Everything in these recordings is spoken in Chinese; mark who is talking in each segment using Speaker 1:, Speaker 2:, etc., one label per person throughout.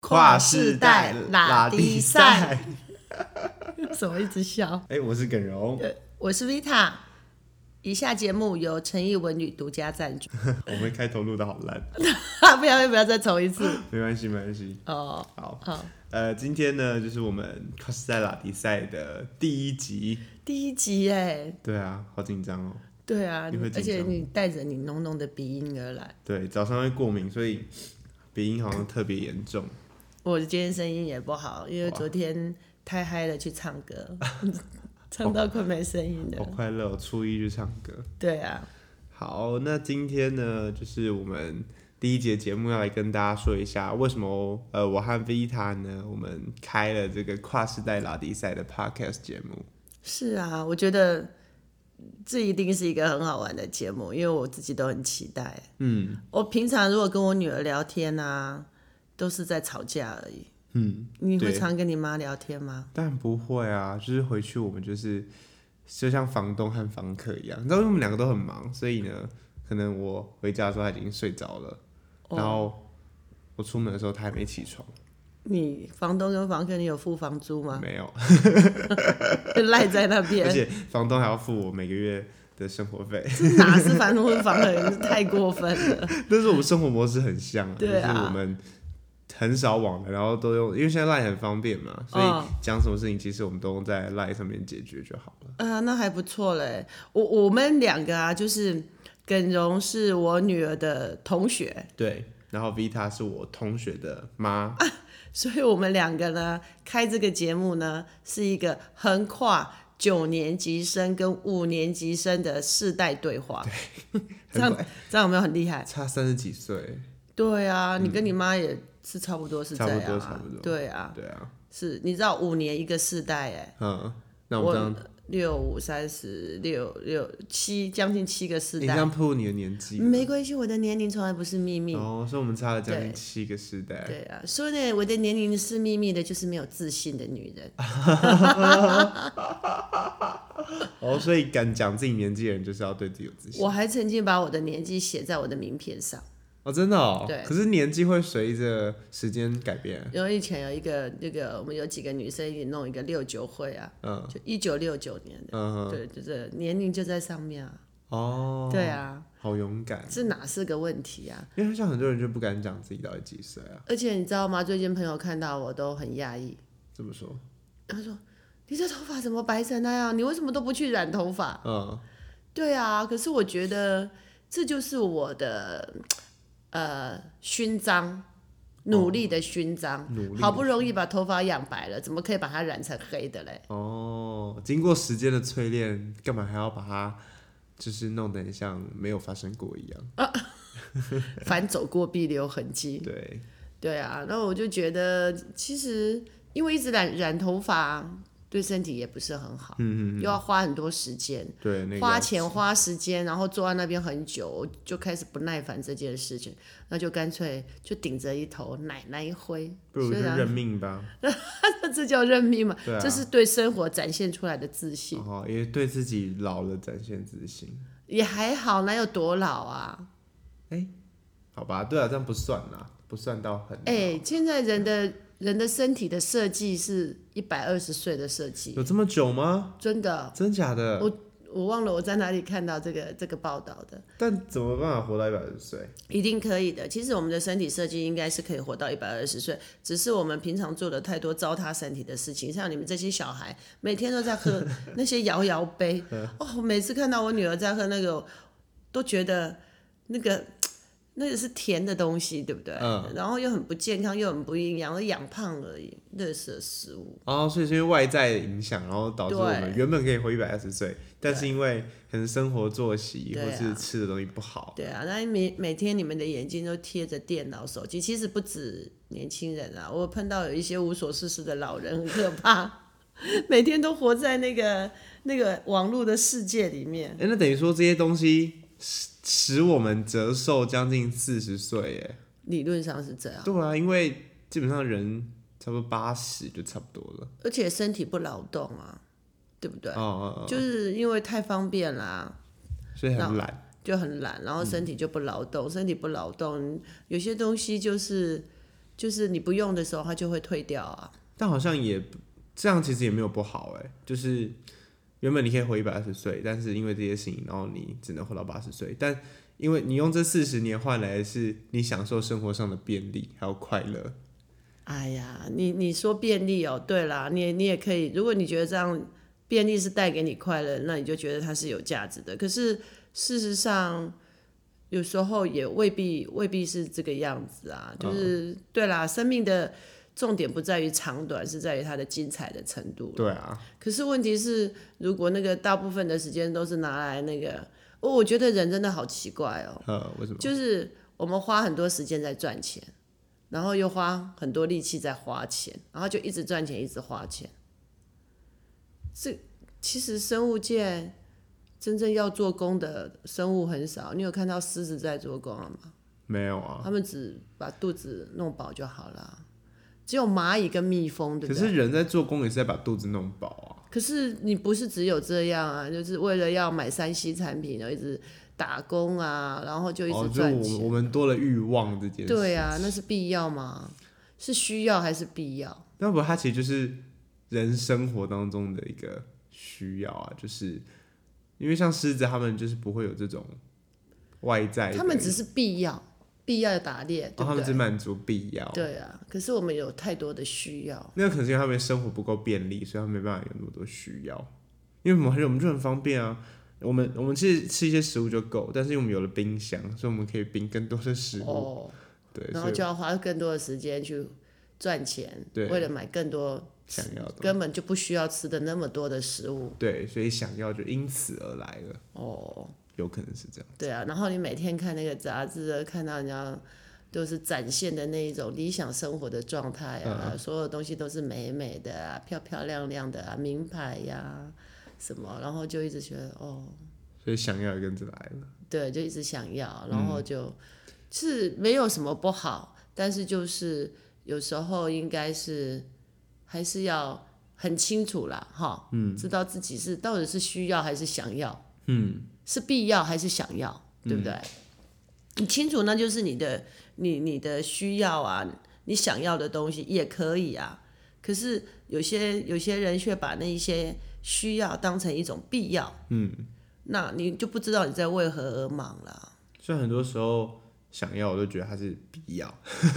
Speaker 1: 跨世代
Speaker 2: 拉
Speaker 1: 拉
Speaker 2: 低
Speaker 1: 低
Speaker 2: 赛
Speaker 1: 赛。
Speaker 2: 怎么一直笑？
Speaker 1: 哎、我是耿荣，
Speaker 2: 呃，我是 Vita。以下节目由诚毅文旅独家赞助。
Speaker 1: 我们开头录的好 烂，
Speaker 2: 不要不要再重一 次
Speaker 1: 没关系，没关系。
Speaker 2: 哦。
Speaker 1: 好，
Speaker 2: 好，
Speaker 1: 呃，今天呢，就是我们跨世代拉低赛的第一集。
Speaker 2: 第一集哎，
Speaker 1: 对啊，好紧张哦。
Speaker 2: 对啊，
Speaker 1: 你会紧
Speaker 2: 而且
Speaker 1: 张
Speaker 2: 你带着你浓浓的鼻音而来，
Speaker 1: 对，早上会过敏，所以鼻音好像特别严重。
Speaker 2: 我今天声音也不好，因为
Speaker 1: 哇
Speaker 2: 昨天太嗨了去唱歌，唱到快没声音
Speaker 1: 好
Speaker 2: 了。
Speaker 1: 快乐、哦，初一去唱歌。
Speaker 2: 对啊，
Speaker 1: 好，那今天呢，就是我们第一节节目要来跟大家说一下，为什么呃，我和 Vita 呢，我们开了这个跨世代拉迪赛的 podcast 节目。
Speaker 2: 是啊，我觉得这一定是一个很好玩的节目，因为我自己都很期待。
Speaker 1: 嗯
Speaker 2: 我平常如果跟我女儿聊天啊，都是在吵架而已。
Speaker 1: 嗯，
Speaker 2: 你会
Speaker 1: 对
Speaker 2: 常跟你妈聊天吗？
Speaker 1: 但不会啊，就是回去我们就是就像房东和房客一样，你知道因为我们两个都很忙，所以呢，可能我回家的时候他已经睡着了，然后我出门的时候他还没起床，
Speaker 2: 你房东跟房客，你有付房租 吗？
Speaker 1: 没有，
Speaker 2: 赖在那
Speaker 1: 而
Speaker 2: 边，
Speaker 1: 且房东还要付我每个月的生活费。
Speaker 2: 这哪是房东跟房客，太过分了。
Speaker 1: 但是我们生活模式很像啊，
Speaker 2: 对啊
Speaker 1: 就是我们很少往来，然后都用，因为现在赖很方便嘛，所以
Speaker 2: 嗯
Speaker 1: 讲什么事情其实我们都用在赖上面解决就好了。
Speaker 2: 啊、那还不错嘞。我我们两个啊，就是耿荣是我女儿的同学，
Speaker 1: 对，然后 Vita 是我同学的妈，
Speaker 2: 所以我们两个呢开这个节目呢，是一个横跨九年级生跟五年级生的世代对话。 这
Speaker 1: 很
Speaker 2: 样
Speaker 1: 快
Speaker 2: 这样有没有很厉害？
Speaker 1: 差三十几岁，
Speaker 2: 对啊，你跟你妈也是差不多是这
Speaker 1: 嗯差不多
Speaker 2: 样、啊，
Speaker 1: 差不多
Speaker 2: 对啊，
Speaker 1: 对啊，
Speaker 2: 是，你知道五年一个世代、哎，
Speaker 1: 嗯，那我们这
Speaker 2: 我
Speaker 1: 样，
Speaker 2: 六五三十六六七，将近七个世
Speaker 1: 你这
Speaker 2: 代。
Speaker 1: 样破你的年纪了，
Speaker 2: 没关系，我的年龄从来不是秘密。
Speaker 1: 哦，所以我们差了将近
Speaker 2: 对
Speaker 1: 七个世代，
Speaker 2: 对啊，说呢，我的年龄是秘密的，就是没有自信的女人。
Speaker 1: 哦，所以敢讲自己年纪的人就是要对自己有自信，
Speaker 2: 我还曾经把我的年纪写在我的名片上。
Speaker 1: 哦，真的哦，
Speaker 2: 对
Speaker 1: 可是年纪会随着时间改变，
Speaker 2: 因为以前有一个那个，我们有几个女生一起弄一个六九会啊，
Speaker 1: 嗯
Speaker 2: 就一九六九年的，
Speaker 1: 嗯哼，
Speaker 2: 对，就是年龄就在上面啊。
Speaker 1: 哦，哎
Speaker 2: 对，啊，
Speaker 1: 好勇敢。
Speaker 2: 这哪是个问题啊？
Speaker 1: 因为像很多人就不敢讲自己到底几岁啊，
Speaker 2: 而且你知道吗？最近朋友看到我都很讶异，
Speaker 1: 这么说，
Speaker 2: 他说：“你这头发怎么白成那样？你为什么都不去染头发？”
Speaker 1: 嗯，
Speaker 2: 对啊，可是我觉得这就是我的呃勋章，努力
Speaker 1: 哦
Speaker 2: 的勋章。
Speaker 1: 努力
Speaker 2: 好不容易把头发养白了，怎么可以把它染成黑的嘞？
Speaker 1: 哦，经过时间的淬炼，干嘛还要把它就是弄得很像没有发生过一样？
Speaker 2: 凡走过必留痕迹。
Speaker 1: 对，
Speaker 2: 对啊，那我就觉得其实因为一直染染头发，对身体也不是很好，
Speaker 1: 嗯嗯，
Speaker 2: 又要花很多时间。
Speaker 1: 对，那个
Speaker 2: 花钱花时间，然后坐在那边很久，我就开始不耐烦这件事情，那就干脆就顶着一头奶奶灰，
Speaker 1: 不如就
Speaker 2: 虽然
Speaker 1: 认命吧。
Speaker 2: 这叫认命嘛？
Speaker 1: 对啊
Speaker 2: 这是对生活展现出来的自信，
Speaker 1: 哦，也对自己老了展现自信，
Speaker 2: 也还好，哪有多老啊？
Speaker 1: 好吧？对啊，这样不算啦，不算到很，
Speaker 2: 哎、现在人的人的身体的设计是一百二十岁的设计，
Speaker 1: 有这么久吗？
Speaker 2: 真的，
Speaker 1: 真假的？
Speaker 2: 我忘了我在哪里看到这个这个报道的，
Speaker 1: 但怎么办法啊活到一百十岁？
Speaker 2: 一定可以的。其实我们的身体设计应该是可以活到一百二十岁，只是我们平常做了太多糟蹋身体的事情，像你们这些小孩每天都在喝那些摇摇杯，哦，我每次看到我女儿在喝那个，都觉得那个那个是甜的东西，对不对？
Speaker 1: 嗯
Speaker 2: 然后又很不健康，又很不营养，养胖而已，热色食物。
Speaker 1: 哦，所以是因为外在影响，然后导致我们
Speaker 2: 对
Speaker 1: 原本可以活一百二十岁，但是因为可能生活作息
Speaker 2: 对啊
Speaker 1: 或是吃的东西不好，
Speaker 2: 对啊，那每每天你们的眼睛都贴着电脑、手机，其实不止年轻人啊，我碰到有一些无所事事的老人，很可怕， 每天都活在那个那个网络的世界里面。
Speaker 1: 哎、那等于说这些东西使使我们折寿将近四十岁，耶。
Speaker 2: 理论上是这样，
Speaker 1: 对啊，因为基本上人差不多八十就差不多了，
Speaker 2: 而且身体不劳动啊，对不对？
Speaker 1: 哦哦哦，
Speaker 2: 就是因为太方便啦、
Speaker 1: 所以很懒，嗯
Speaker 2: 就很懒，然后身体就不劳动，身体不劳动，有些东西就是就是你不用的时候，它就会退掉啊。
Speaker 1: 但好像也不这样，其实也没有不好哎、就是原本你可以活一百二十岁，但是因为这些事情，然后你只能活到八十岁。但因为你用这四十年换来的是你享受生活上的便利还有快乐，
Speaker 2: 哎呀，你你说便利哦，对啦，你你也可以，如果你觉得这样便利是带给你快乐，那你就觉得它是有价值的。可是事实上，有时候也未必未必是这个样子啊。就是、对啦，生命的重点不在于长短，是在于它的精彩的程度。
Speaker 1: 对啊，
Speaker 2: 可是问题是，如果那个大部分的时间都是拿来那个，哦，我觉得人真的好奇怪哦。
Speaker 1: 呃，为什么？
Speaker 2: 就是我们花很多时间在赚钱，然后又花很多力气在花钱，然后就一直赚钱，一直花钱。这其实生物界真正要做工的生物很少，你有看到狮子在做工了吗？
Speaker 1: 没有啊。
Speaker 2: 他们只把肚子弄饱就好了，只有蚂蚁跟蜜蜂，对啊
Speaker 1: 可
Speaker 2: 不
Speaker 1: 是
Speaker 2: 对？
Speaker 1: 人在做工也是在把肚子弄饱啊。
Speaker 2: 可是你不是只有这样啊，就是为了要买山西产品，然后一直打工啊，然后就一
Speaker 1: 哦，
Speaker 2: 直
Speaker 1: 就
Speaker 2: 赚
Speaker 1: 我
Speaker 2: 钱。
Speaker 1: 们我们多了欲望这件事。
Speaker 2: 对啊，那是必要吗？是需要还是必要？
Speaker 1: 那不，它其实就是人生活当中的一个需要啊，就是因为像狮子，他们就是不会有这种外在的，
Speaker 2: 他们只是必要，必要打猎，
Speaker 1: 哦
Speaker 2: 对
Speaker 1: 他
Speaker 2: 不
Speaker 1: 们只
Speaker 2: 对？
Speaker 1: 满足必要。
Speaker 2: 对啊，可是我们有太多的需要，
Speaker 1: 那可能是因为他们生活不够便利，所以他们没办法有那么多需要。因为我们我们就很方便啊，我们我们其实吃一些食物就够，但是因为我们有了冰箱，所以我们可以冰更多的食物。
Speaker 2: 哦，
Speaker 1: 对，
Speaker 2: 然
Speaker 1: 所
Speaker 2: 后
Speaker 1: 以
Speaker 2: 就要花更多的时间去赚钱，
Speaker 1: 对
Speaker 2: 为了买更多
Speaker 1: 想要的
Speaker 2: 根本就不需要吃的那么多的食物，
Speaker 1: 对，所以想要就因此而来了，
Speaker 2: 哦，
Speaker 1: 有可能是这样。
Speaker 2: 对啊，然后你每天看那个杂志啊，看到人家都是展现的那一种理想生活的状态啊，所有东西都是美美的啊，漂漂亮亮的啊，名牌呀、什么，然后就一直觉得哦，
Speaker 1: 所以想要也跟着来了。
Speaker 2: 对，就一直想要，然后就、是没有什么不好，但是就是有时候应该是还是要很清楚啦，哈，嗯，知道自己是到底是需要还是想要，嗯，是必要还是想要，对不对？你清楚，那就是你的你你的需要啊，你想要的东西也可以啊。可是有些有些人却把那一些需要当成一种必要，那你就不知道你在为何而忙了。
Speaker 1: 虽然很多时候想要，我都觉得它是必要，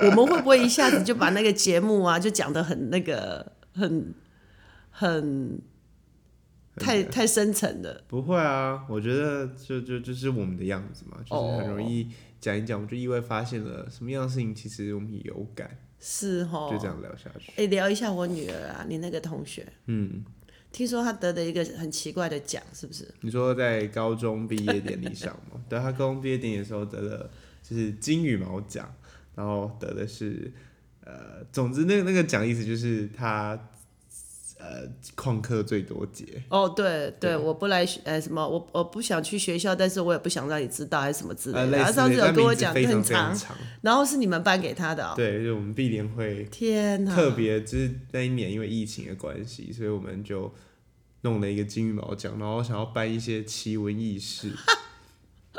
Speaker 2: 我们会不会一下子就把那个节目啊，就讲得很那个，很很太太深沉了？
Speaker 1: 不会啊，我觉得就就就是我们的样子嘛，就是很容
Speaker 2: 哦
Speaker 1: 易讲一讲，我们就意外发现了什么样的事情，其实我们也有感，
Speaker 2: 是哦
Speaker 1: 就，这样聊下去。
Speaker 2: 哎、聊一下我女儿啊，你那个同学，嗯，听说她得了一个很奇怪的奖，是不是？
Speaker 1: 你说在高中毕业典礼上嘛， 对他高中毕业典礼的时候得了就是金羽毛奖，然后得的是呃，总之那个那个奖意思就是他呃旷课最多节，
Speaker 2: 哦，对对，我不来学，呃，什么，我我不想去学校，但是我也不想让你知道，还是什么之类
Speaker 1: 呃
Speaker 2: 的。
Speaker 1: 类似
Speaker 2: 她上次
Speaker 1: 但
Speaker 2: 有跟我
Speaker 1: 名字
Speaker 2: 讲，
Speaker 1: 非常
Speaker 2: 很
Speaker 1: 非常
Speaker 2: 长，
Speaker 1: 长，
Speaker 2: 然后是你们颁给她的、哦。啊
Speaker 1: 对，就我们必联会
Speaker 2: 天哪！
Speaker 1: 特别就是那一年因为疫情的关系，所以我们就弄了一个金羽毛奖，然后想要办一些奇闻异事。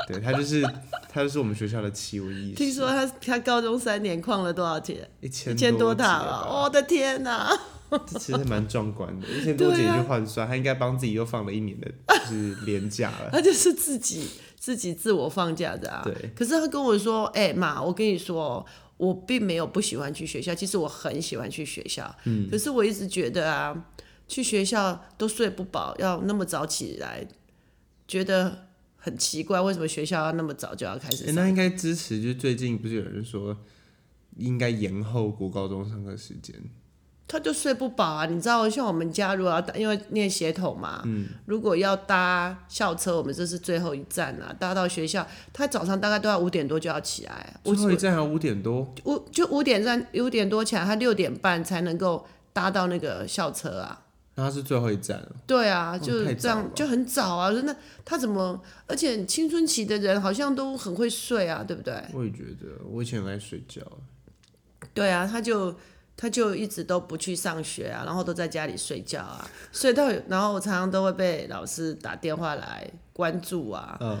Speaker 1: 对他就是他就是我们学校的奇闻异事，
Speaker 2: 听说他他高中三年旷了多少节？
Speaker 1: 一千
Speaker 2: 一千多哦
Speaker 1: 节
Speaker 2: 塔
Speaker 1: 吧
Speaker 2: 了，我、的天哪！
Speaker 1: 这其实蛮壮观的，一千多节
Speaker 2: 对啊
Speaker 1: 去换算，他应该帮自己又放了一年的，就是年假 了。
Speaker 2: 他就是自己自己自我放假的啊。
Speaker 1: 对。
Speaker 2: 可是他跟我说：“哎、妈，我跟你说，我并没有不喜欢去学校，其实我很喜欢去学校。嗯。可是我一直觉得啊，去学校都睡不饱，要那么早起来，觉得很奇怪，为什么学校要那么早就要开始
Speaker 1: 欸
Speaker 2: 上？
Speaker 1: 那应该支持，就是最近不是有人说应该延后国高中上课时间，
Speaker 2: 他就睡不饱啊！你知道，像我们家如果要搭，因为念协统嘛，
Speaker 1: 嗯
Speaker 2: 如果要搭校车，我们这是最后一站啊，搭到学校，他早上大概都要五点多就要起来，
Speaker 1: 最
Speaker 2: 五
Speaker 1: 后一站还有五点多，
Speaker 2: 五就五点站五点多起来，他六点半才能够搭到那个校车啊。
Speaker 1: 那他是最后一站了。
Speaker 2: 对啊，就
Speaker 1: 哦太
Speaker 2: 这
Speaker 1: 早
Speaker 2: 样、
Speaker 1: 了
Speaker 2: 就很早啊，真的，他怎么？而且青春期的人好像都很会睡啊，对不对？
Speaker 1: 我也觉得，我以前很爱睡觉，
Speaker 2: 对啊，他就他就一直都不去上学啊，然后都在家里睡觉啊，睡到有然后我常常都会被老师打电话来关注啊，
Speaker 1: 嗯，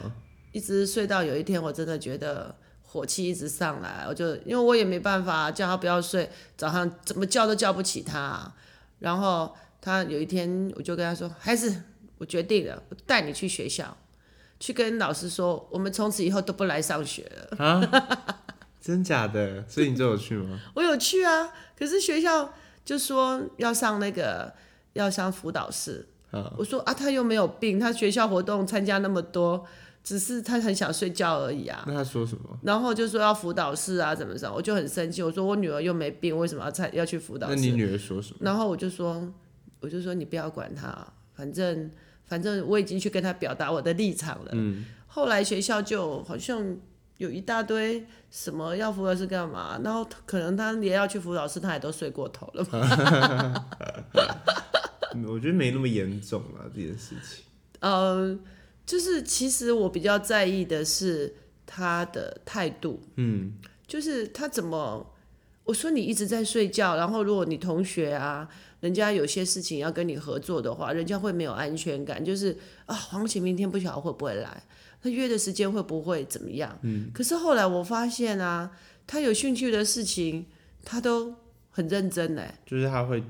Speaker 2: 一直睡到有一天我真的觉得火气一直上来，我就因为我也没办法叫他不要睡，早上怎么叫都叫不起他、啊然后他有一天，我就跟他说：“孩子，我决定了，我带你去学校，去跟老师说，我们从此以后都不来上学了。”
Speaker 1: 真假的？所以你都有去吗？
Speaker 2: 我有去啊，可是学校就说要上那个要上辅导室。我说 啊，他又没有病，他学校活动参加那么多，只是他很想睡觉而已啊。
Speaker 1: 那他说什么？
Speaker 2: 然后就说要辅导室啊，怎么着？我就很生气，我说我女儿又没病，为什么要参要去辅导
Speaker 1: 那
Speaker 2: 室？
Speaker 1: 你女儿说什么？
Speaker 2: 然后我就说，我就说你不要管他，反正反正我已经去跟他表达我的立场了。嗯。后来学校就好像有一大堆什么要辅导室干嘛，然后可能他也要去辅导室，他也都睡过头了吧。
Speaker 1: 嗯我觉得没那么严重啦，这件事情。
Speaker 2: 呃，就是其实我比较在意的是他的态度，
Speaker 1: 嗯，
Speaker 2: 就是他怎么，我说你一直在睡觉，然后如果你同学啊，人家有些事情要跟你合作的话，人家会没有安全感，就是啊，黄琴明天不晓得会不会来，他约的时间会不会怎么样？嗯，可是后来我发现啊，他有兴趣的事情，他都很认真哎、
Speaker 1: 就是他会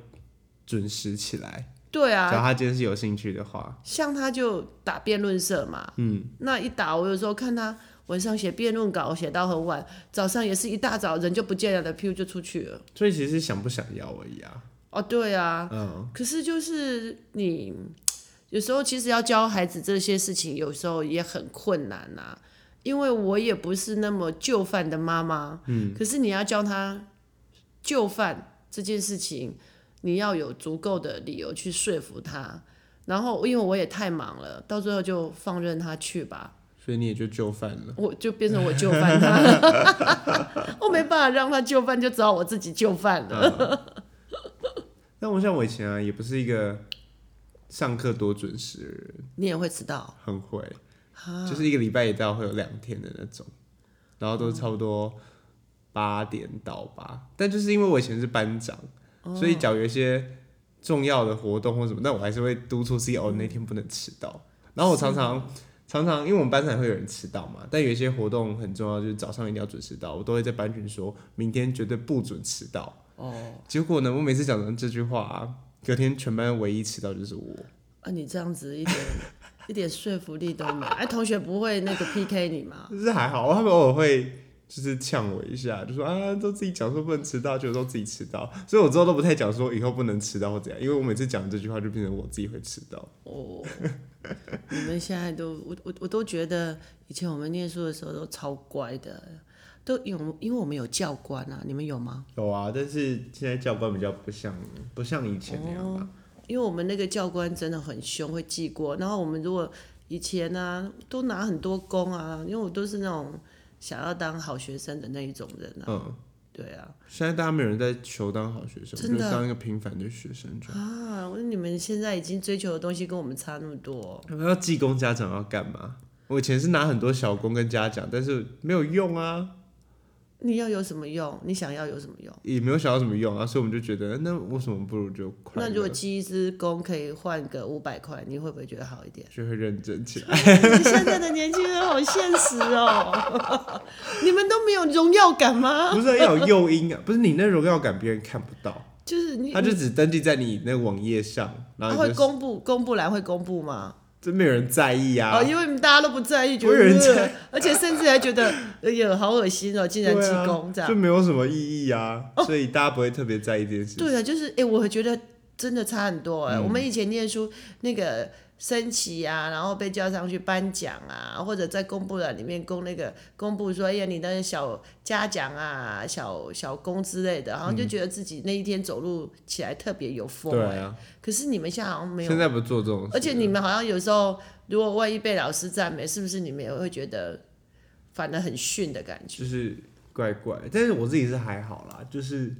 Speaker 1: 准时起来，
Speaker 2: 对
Speaker 1: 只
Speaker 2: 啊
Speaker 1: 要，他今天是有兴趣的话，
Speaker 2: 像他就打辩论社嘛，嗯，那一打我有时候看他晚上写辩论稿写到很晚，早上也是一大早人就不见了的，屁就出去了。
Speaker 1: 所以其实想不想要而已啊。
Speaker 2: 哦，对啊，
Speaker 1: 嗯，
Speaker 2: 可是就是你有时候其实要教孩子这些事情，有时候也很困难啊。因为我也不是那么就范的妈妈，嗯，可是你要教他就范这件事情，你要有足够的理由去说服他。然后因为我也太忙了，到最后就放任他去吧，
Speaker 1: 所以你也就就范了。
Speaker 2: 我就变成我就范他，我没办法让他就范，就只好我自己就范了。
Speaker 1: 但我像我以前啊，也不是一个上课多准时的人，
Speaker 2: 你也会迟到，
Speaker 1: 很会，就是一个礼拜一到会有两天的那种，然后都差不多八点到吧。但就是因为我以前是班长，所以假如有一些重要的活动或什么，但我还是会督促自己哦，那天不能迟到。然后我常常。常常因为我们班上也会有人迟到嘛，但有一些活动很重要，就是早上一定要准时到。我都会在班群说明天绝对不准迟到。哦，结果呢，我每次讲完这句话、啊，隔天全班唯一迟到就是我。
Speaker 2: 啊，你这样子一点 一点说服力都没有。哎，同学不会那个 PK 你吗？
Speaker 1: 就是还好，他们偶尔会就是呛我一下，就说啊，都自己讲说不能迟到，就都自己迟到，所以我之后都不太讲说以后不能迟到或怎样，因为我每次讲这句话就变成我自己会迟到。
Speaker 2: 哦，你们现在都我我我都觉得以前我们念书的时候都超乖的，都有因为我们有教官啊，你们有吗？
Speaker 1: 有啊，但是现在教官比较不像不像以前那样吧。
Speaker 2: 因为我们那个教官真的很凶，会记过。然后我们如果以前呢、啊，都拿很多功啊，因为我都是那种想要当好学生的那一种人啊。
Speaker 1: 嗯，
Speaker 2: 对啊，
Speaker 1: 现在大家没有人在求当好学生，
Speaker 2: 真的
Speaker 1: 就是当一个平凡的学生就好。
Speaker 2: 啊，我说你们现在已经追求的东西跟我们差那么多哦、
Speaker 1: 他们 要技工家长要干嘛？我以前是拿很多小工跟家长，但是没有用啊，
Speaker 2: 你要有什么用？你想要有什么用？
Speaker 1: 也没有想到什么用啊，所以我们就觉得，那为什么不如就快
Speaker 2: 那
Speaker 1: 乐？
Speaker 2: 如果鸡之工可以换个五百块，你会不会觉得好一点
Speaker 1: 就会认真起来？
Speaker 2: 现在的年轻人好现实哦， 你们都没有荣耀感吗？
Speaker 1: 不是要有诱因啊，不是你那荣耀感别人看不到，
Speaker 2: 就是你，
Speaker 1: 他就只登记在你那个网页上，然
Speaker 2: 他
Speaker 1: 后
Speaker 2: 会
Speaker 1: 你就
Speaker 2: 公布公布栏会公布吗？
Speaker 1: 真没有人在意啊
Speaker 2: 哦，。因为大家都不在意，觉
Speaker 1: 不会有人
Speaker 2: 得
Speaker 1: 在
Speaker 2: 呃，而且甚至还觉得，哎呀，好恶心哦，竟然
Speaker 1: 对
Speaker 2: 鸡
Speaker 1: 啊
Speaker 2: 公这
Speaker 1: 就
Speaker 2: 样。哦
Speaker 1: 没有什么意义啊，所以大家不会特别在意这件事。
Speaker 2: 对啊，就是哎、我觉得真的差很多哎、
Speaker 1: 嗯
Speaker 2: 我们以前念书那个升旗啊，然后被叫上去颁奖啊，或者在公布栏里面公那个公布说，哎呀，你的小嘉奖啊、小小功之类的，好像就觉得自己那一天走路起来特别有风、
Speaker 1: 嗯对
Speaker 2: 哎
Speaker 1: 啊，
Speaker 2: 可是你们现在好像没
Speaker 1: 现
Speaker 2: 有，
Speaker 1: 在不做这种事了，
Speaker 2: 而且你们好像有时候如果万一被老师赞美，是不是你们也会觉得反而很逊的感觉？
Speaker 1: 就是怪怪，但是我自己是还好啦，就是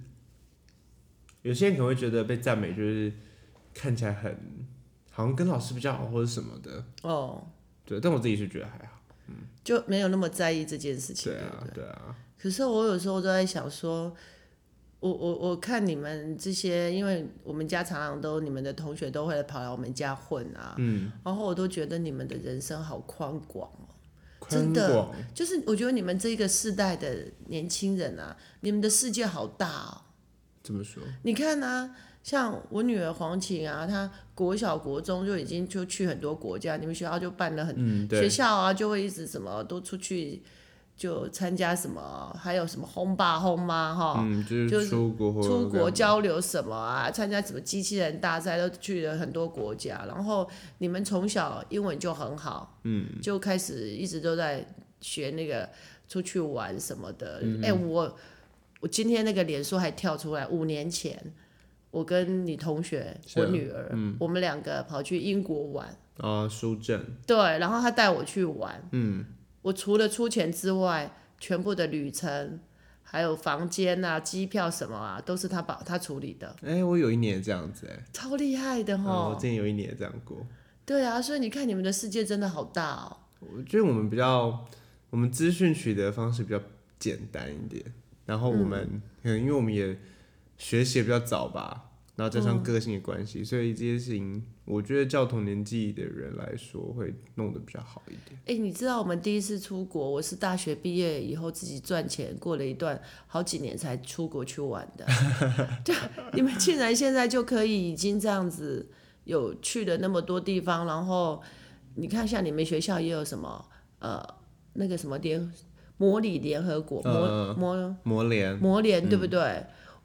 Speaker 1: 有些人可能会觉得被赞美就是看起来很好像跟老师比较好或者什么的，
Speaker 2: 哦，
Speaker 1: 对，但我自己是觉得还好。
Speaker 2: 就没有那么在意这件事情。
Speaker 1: 对
Speaker 2: 不
Speaker 1: 啊，对啊，
Speaker 2: 可是我有时候都在想说，我我我看你们这些，因为我们家常常都你们的同学都会跑来我们家混啊，嗯，然后我都觉得你们的人生好宽广哦，真
Speaker 1: 很
Speaker 2: 的
Speaker 1: 广，
Speaker 2: 就是我觉得你们这个世代的年轻人啊，你们的世界好大哦。
Speaker 1: 怎么说？
Speaker 2: 你看啊，像我女儿黄晴啊，她国小国中就已经就去很多国家，你们学校就办了很、
Speaker 1: 嗯，
Speaker 2: 学
Speaker 1: 对，
Speaker 2: 校啊，就会一直什么都出去就参加什么，还有什么轰爸轰妈哈。
Speaker 1: 嗯，就
Speaker 2: 哦就是是
Speaker 1: 出国或
Speaker 2: 出国
Speaker 1: 干嘛
Speaker 2: 交流什么啊？参加什么机器人大赛，都去了很多国家。然后你们从小英文就很好，嗯，就开始一直都在学那个出去玩什么的。哎、
Speaker 1: 嗯
Speaker 2: 我我今天那个脸书还跳出来，五年前我跟你同学，
Speaker 1: 是啊
Speaker 2: 我女儿，我们两个跑去英国玩，
Speaker 1: 啊，书证，
Speaker 2: 对，然后她带我去玩，
Speaker 1: 嗯，
Speaker 2: 我除了出钱之外，全部的旅程。还有房间啊、机票什么啊，都是她把她处理的。
Speaker 1: 哎、我有一年也这样子、哎、
Speaker 2: 超厉害的
Speaker 1: 嗯，我
Speaker 2: 哈
Speaker 1: 之、前有一年也这样过。
Speaker 2: 对啊，所以你看你们的世界真的好大哦。
Speaker 1: 我觉得我们比较，我们资讯取得方式比较简单一点，然后我们
Speaker 2: 嗯
Speaker 1: 可能因为我们也学习也比较早吧，然后加
Speaker 2: 嗯
Speaker 1: 上个性的关系，所以这些事情，我觉得较同年纪的人来说会弄得比较好一点。
Speaker 2: 哎、你知道我们第一次出国，我是大学毕业以后自己赚钱，过了一段好几年才出国去玩的。 对，你们竟然现在就可以已经这样子有去了那么多地方，然后你看像你们学校也有什么呃那个什么联模拟联合国模
Speaker 1: 呃
Speaker 2: 模。
Speaker 1: 磨练，
Speaker 2: 磨练，对不对？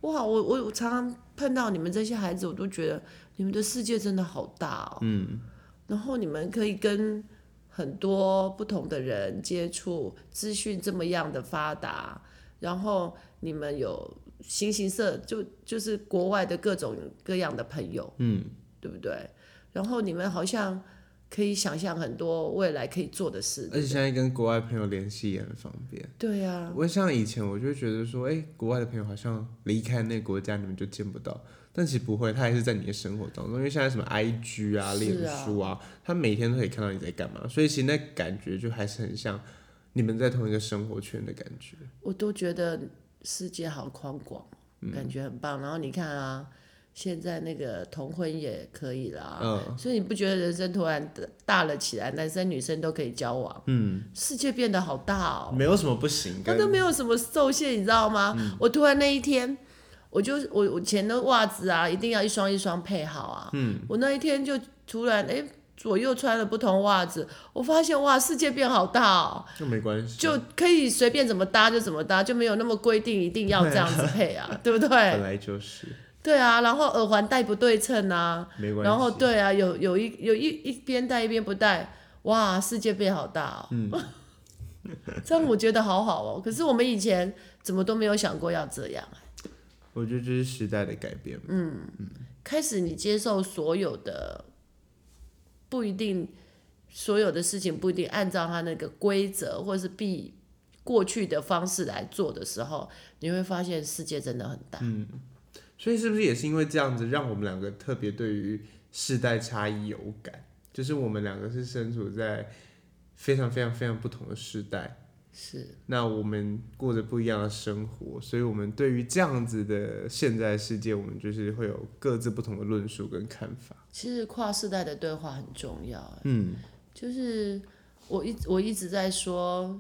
Speaker 2: 哇，我我我常常碰到你们这些孩子，我都觉得你们的世界真的好大哦。嗯，然后你们可以跟很多不同的人接触，资讯这么样的发达，然后你们有形形色，就就是国外的各种各样的朋友，
Speaker 1: 嗯，
Speaker 2: 对不对？然后你们好像可以想象很多未来可以做的事，
Speaker 1: 而且现在跟国外朋友联系也很方便。
Speaker 2: 对啊呀、
Speaker 1: 我像以前我就会觉得说，哎、国外的朋友好像离开那个国家你们就见不到，但其实不会，他还是在你的生活当中。因为现在什么 IG
Speaker 2: 是啊
Speaker 1: 啊、脸书啊，他每天都可以看到你在干嘛，所以其实那感觉就还是很像你们在同一个生活圈的感觉。
Speaker 2: 我都觉得世界好宽广，感觉很棒。然后你看啊，现在那个同婚也可以啦，
Speaker 1: 嗯，
Speaker 2: 所以你不觉得人生突然大大了起来，男生女生都可以交往，嗯，世界变得好大哦，
Speaker 1: 没有什么不行，
Speaker 2: 他
Speaker 1: 嗯跟
Speaker 2: 都没有什么受限，你知道吗？我突然那一天。我就我我前的袜子啊，一定要一双一双配好啊。嗯，我那一天就突然哎、左右穿了不同袜子，我发现哇，世界变好大哦。
Speaker 1: 就没关系，
Speaker 2: 就可以随便怎么搭就怎么搭，就没有那么规定一定要这样子配啊， 对不
Speaker 1: 本
Speaker 2: 对？
Speaker 1: 来就是
Speaker 2: 对啊，然后耳环戴不对称啊，
Speaker 1: 没关系。
Speaker 2: 然后对啊，有有一有一一边戴一边不戴，哇，世界变好大哦。嗯 这样我觉得好好哦，可是我们以前怎么都没有想过要这样啊。
Speaker 1: 我觉得这是时代的改变。嗯，
Speaker 2: 开始你接受所有的，不一定所有的事情不一定按照他那个规则或是必过去的方式来做的时候，你会发现世界真的很大。
Speaker 1: 所以是不是也是因为这样子，让我们两个特别对于世代差异有感？就是我们两个是身处在非常非常非常不同的世代，
Speaker 2: 是
Speaker 1: 那我们过着不一样的生活，所以我们对于这样子的现在世界，我们就是会有各自不同的论述跟看法。
Speaker 2: 其实跨世代的对话很重要、欸
Speaker 1: 嗯，
Speaker 2: 就是我一我一直在说，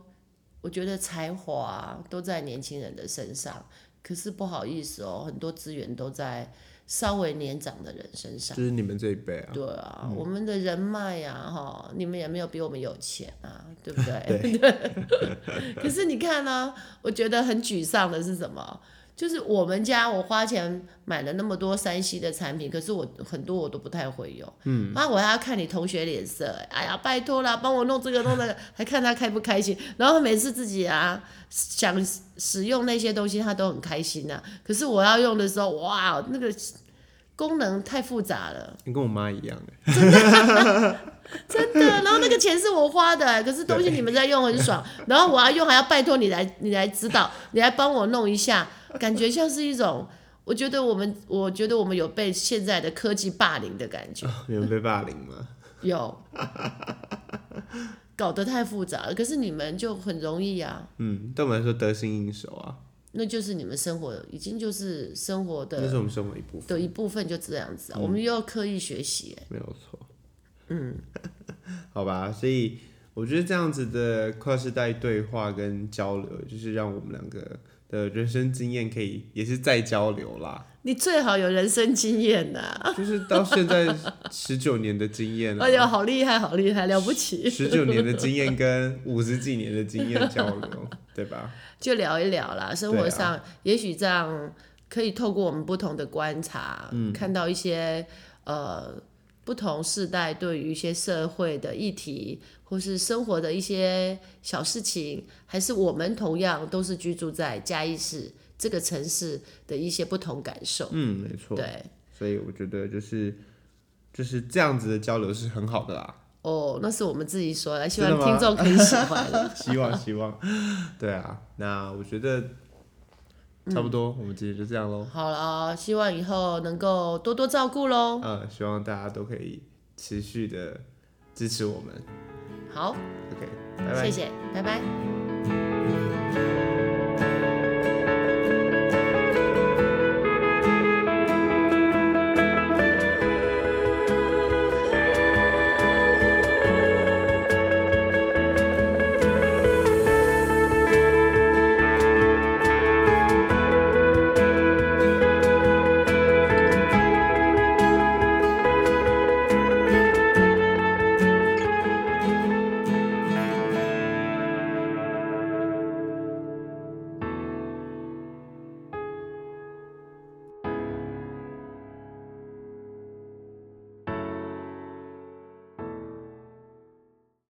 Speaker 2: 我觉得才华都在年轻人的身上，可是不好意思哦，很多资源都在稍微年长的人身上
Speaker 1: 就。是你们这一辈啊，
Speaker 2: 对啊，我们的人脉呀、哈，你们也没有比我们有钱啊，对不 对？
Speaker 1: 对
Speaker 2: 可是你看呢、我觉得很沮丧的是什么？就是我们家我花钱买了那么多山西的产品，可是我很多我都不太会用。嗯，妈，我还要看你同学脸色、哎呀，拜托啦，帮我弄这个弄那个，还看他开不开心。然后每次自己啊想使用那些东西，他都很开心啊。可是我要用的时候，哇，那个功能太复杂了。
Speaker 1: 你跟我妈一样哎、
Speaker 2: 真的，然后那个钱是我花的、可是东西你们在用很爽，然后我要用还要拜托你来，你来指导，你来帮我弄一下，感觉像是一种，我觉得我们，我觉得我们有被现在的科技霸凌的感觉，
Speaker 1: 你们被霸凌吗？
Speaker 2: 有，搞得太复杂了，可是你们就很容易啊，
Speaker 1: 嗯，对我们来说得心应手啊，
Speaker 2: 那就是你们生活已经就是生活
Speaker 1: 那
Speaker 2: 的
Speaker 1: 是我们生活的一部分，
Speaker 2: 的一部分，就这样子啊，我们又要刻意学习、
Speaker 1: 没有错。嗯，好吧，所以我觉得这样子的跨世代对话跟交流，就是让我们两个的人生经验可以也是再交流啦。
Speaker 2: 你最好有人生经验呐、
Speaker 1: 就是到现在十九年的经验
Speaker 2: 哎呦，
Speaker 1: 了，
Speaker 2: 好厉害，好厉害，了不起！
Speaker 1: 十九年的经验跟五十几年的经验交流，对 吧？
Speaker 2: 就聊一聊
Speaker 1: 啊
Speaker 2: 啦，生活上、也许这样可以透过我们不同的观察，
Speaker 1: 嗯
Speaker 2: 看到一些呃不同世代对于一些社会的议题，或是生活的一些小事情，还是我们同样都是居住在嘉义市这个城市的一些不同感受。
Speaker 1: 嗯，没错。
Speaker 2: 对，
Speaker 1: 所以我觉得就是就是这样子的交流是很好 的啦。
Speaker 2: 哦，那是我们自己说的，希
Speaker 1: 真
Speaker 2: 望
Speaker 1: 的吗
Speaker 2: 听众可以喜欢。
Speaker 1: 希望希望，对啊，那我觉得差不
Speaker 2: 嗯
Speaker 1: 多，我们今天就这样喽。
Speaker 2: 好了哦，希望以后能够多多照顾喽。
Speaker 1: 嗯，希望大家都可以持续的支持我们。
Speaker 2: 好，
Speaker 1: OK，拜拜
Speaker 2: 谢。谢，拜拜。